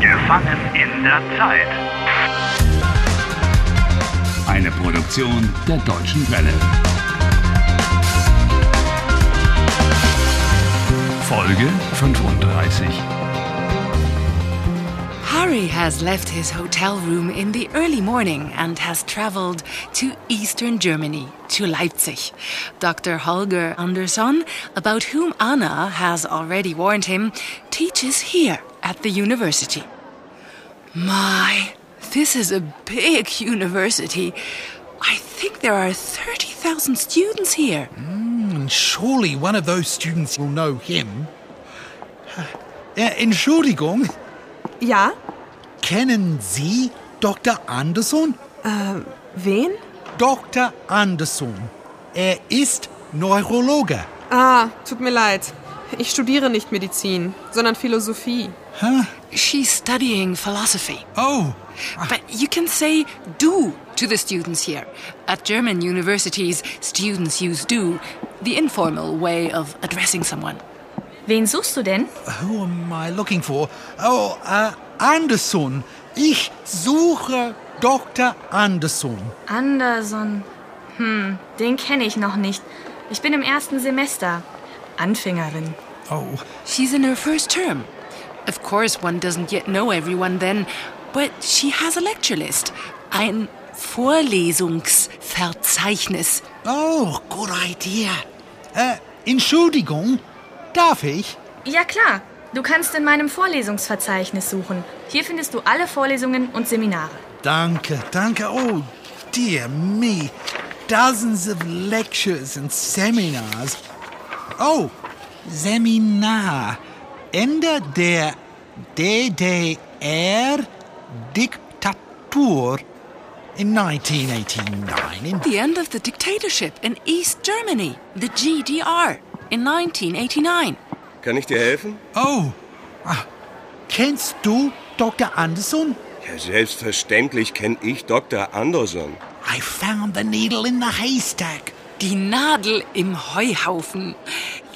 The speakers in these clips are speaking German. Gefangen in der Zeit. Eine Produktion der Deutschen Welle. Folge 35. Harry has left his hotel room in the early morning and has traveled to eastern Germany, to Leipzig. Dr. Holger Andersson, about whom Anna has already warned him, teaches here at the university. My, this is a big university. I think there are 30,000 students here. And surely one of those students will know him. Äh, Entschuldigung, Ja? kennen Sie Dr. Anderson? Wen? Dr. Anderson. Er ist Neurologe. Ah, tut mir leid. Ich studiere nicht Medizin, sondern Philosophie. She's studying philosophy. Oh, But you can say du to the students here. At German universities, students use du, the informal way of addressing someone. Wen suchst du denn? who am I looking for? Oh, äh, Anderson. Ich suche Dr. Anderson. Anderson. Hm, den kenne ich noch nicht. Ich bin im ersten Semester. Anfängerin. Oh, She's in her first term. Of course, one doesn't yet know everyone then, but she has a lecture list. Ein Vorlesungsverzeichnis. oh, good idea. Äh, Entschuldigung, darf ich? Ja klar, du kannst in meinem Vorlesungsverzeichnis suchen. Hier findest du alle Vorlesungen und Seminare. Danke, danke. Oh, dear me. Dozens of lectures and seminars. Oh, Seminar. Ende der DDR-Diktatur in 1989. The end of the dictatorship in East Germany, the GDR, in 1989. Kann ich dir helfen? Oh, ah, kennst du Dr. Anderson? Ja, selbstverständlich kenne ich Dr. Anderson. I found the needle in the haystack. Die Nadel im Heuhaufen.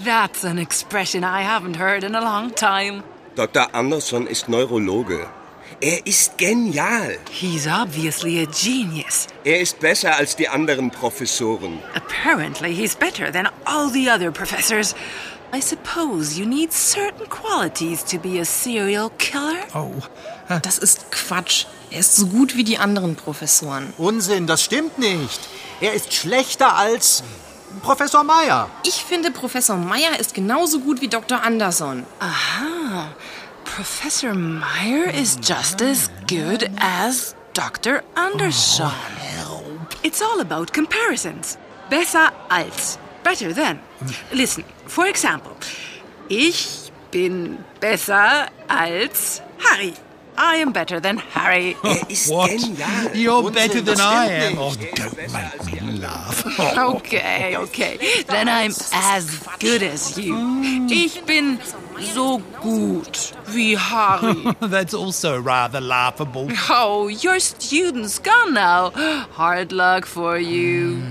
That's an expression I haven't heard in a long time. Dr. Anderson ist Neurologe. Er ist genial. He's obviously a genius. Er ist besser als die anderen Professoren. Apparently, he's better than all the other professors. I suppose you need certain qualities to be a serial killer? Oh, Das ist Quatsch. Er ist so gut wie die anderen Professoren. Unsinn, das stimmt nicht. Er ist schlechter als Professor Meyer. Ich finde, Professor Meyer ist genauso gut wie Dr. Anderson. Aha. Ah, Professor Meyer is just as good as Dr. Anderson. It's all about comparisons. Besser als. Better than. Listen, for example, ich bin besser als Harry. I am better than Harry. Er ist What? genial. You're Unsinn, better than das I am. stimmt Oh, nicht. don't make me laugh. Okay, okay. Then I'm as good as you. Ich bin so gut wie Harry. That's also rather laughable. Oh, your student's gone now. Hard luck for you.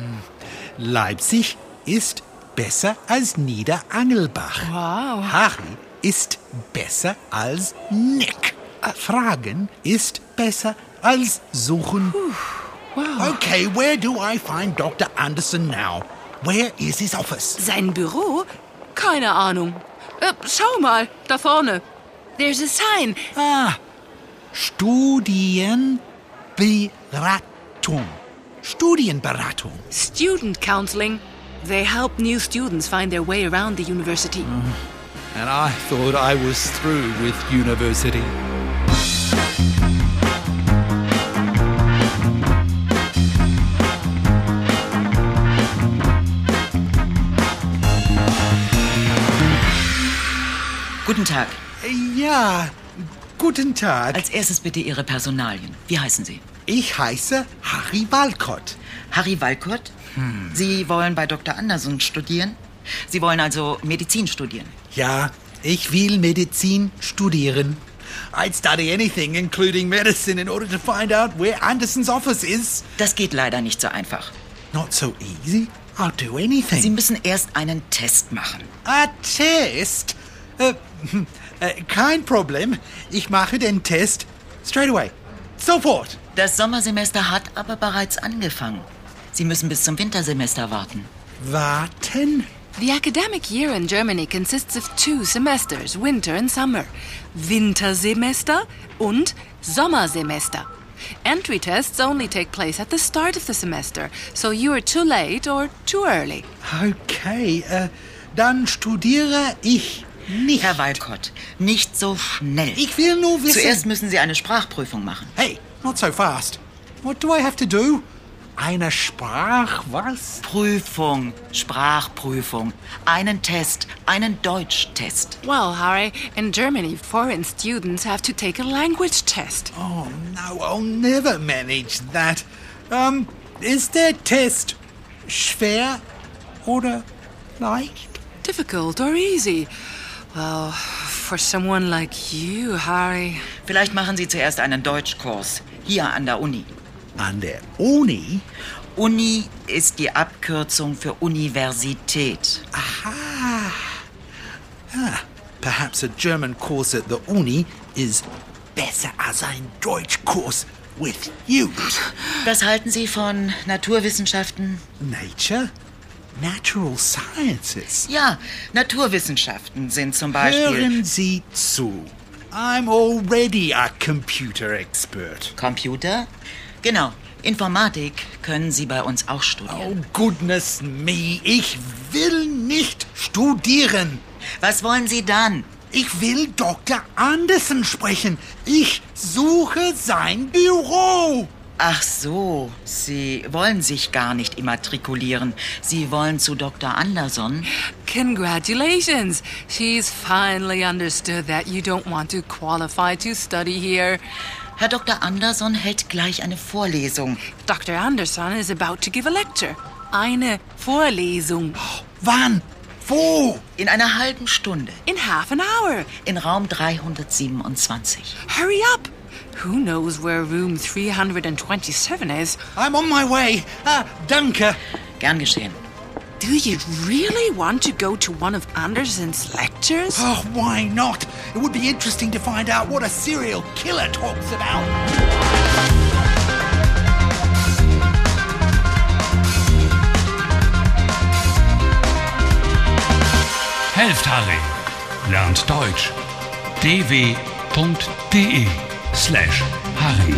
Leipzig ist besser als Niederangelbach. Wow. Harry ist besser als Nick. Äh, Fragen ist besser als suchen. Wow. Okay, where do I find Dr. Anderson now? Where is his office? Sein Büro? Keine Ahnung. Äh, schau mal, da vorne. There's a sign. Ah, Studienberatung. Studienberatung. Student counseling. They help new students find their way around the university. And I thought I was through with university. Guten Tag. Ja, guten Tag. Als erstes bitte Ihre Personalien. Wie heißen Sie? Ich heiße Harry Walcott. Harry Walcott? Hm. Sie wollen bei Dr. Anderson studieren? Sie wollen also Medizin studieren? Ja, ich will Medizin studieren. I'd study anything, including medicine, in order to find out where Anderson's office is. Das geht leider nicht so einfach. Not so easy. I'll do Sie anything. müssen erst einen Test machen. A test? Äh, äh, kein Problem. Ich mache den Test Straight away. Sofort. Das Sommersemester hat aber bereits angefangen. Sie müssen bis zum Wintersemester warten. Warten. The academic year in Germany consists of two semesters, winter and summer. Wintersemester und Sommersemester. Entry tests only take place at the start of the semester, so you are too late or too early. Okay, äh, dann studiere ich nicht. Herr Walcott, nicht so schnell. ich will nur wissen. Zuerst müssen Sie eine Sprachprüfung machen. Hey, not so fast. What do I have to do? Eine Sprach was? Prüfung, Sprachprüfung, einen Test, einen Deutschtest. Well, Harry, in Germany, foreign students have to take a language test. Oh no, I'll never manage that. Um, ist der Test schwer oder leicht? Difficult or easy? Well, for someone like you, Harry. Vielleicht machen Sie zuerst einen Deutschkurs hier an der Uni. An der Uni? Uni ist die Abkürzung für Universität. Ah, Perhaps a German course at the Uni is besser als ein Deutschkurs with you. Was halten Sie von Naturwissenschaften? Nature? Natural Sciences? Ja, Naturwissenschaften sind zum Beispiel Hören Sie zu. I'm already a computer expert. Computer. Genau, Informatik können Sie bei uns auch studieren. Oh, goodness me, ich will nicht studieren. Was wollen Sie dann? Ich will Dr. Anderson sprechen. Ich suche sein Büro. Ach so, Sie wollen sich gar nicht immatrikulieren. Sie wollen zu Dr. Anderson. Congratulations! She's finally understood that you don't want to qualify to study here. Herr Dr. Anderson hält gleich eine Vorlesung. Dr. Anderson is about to give a lecture. Eine Vorlesung. Wann? Wo? In einer halben Stunde. In half an hour. In Raum 327. Hurry up! Who knows where room 327 is? I'm on my way. Ah, danke. Gern geschehen. Do you really want to go to one of Anderson's lectures? Oh, why not? It would be interesting to find out what a serial killer talks about. Helft Harry. Lernt Deutsch. e dw.de slash Harry.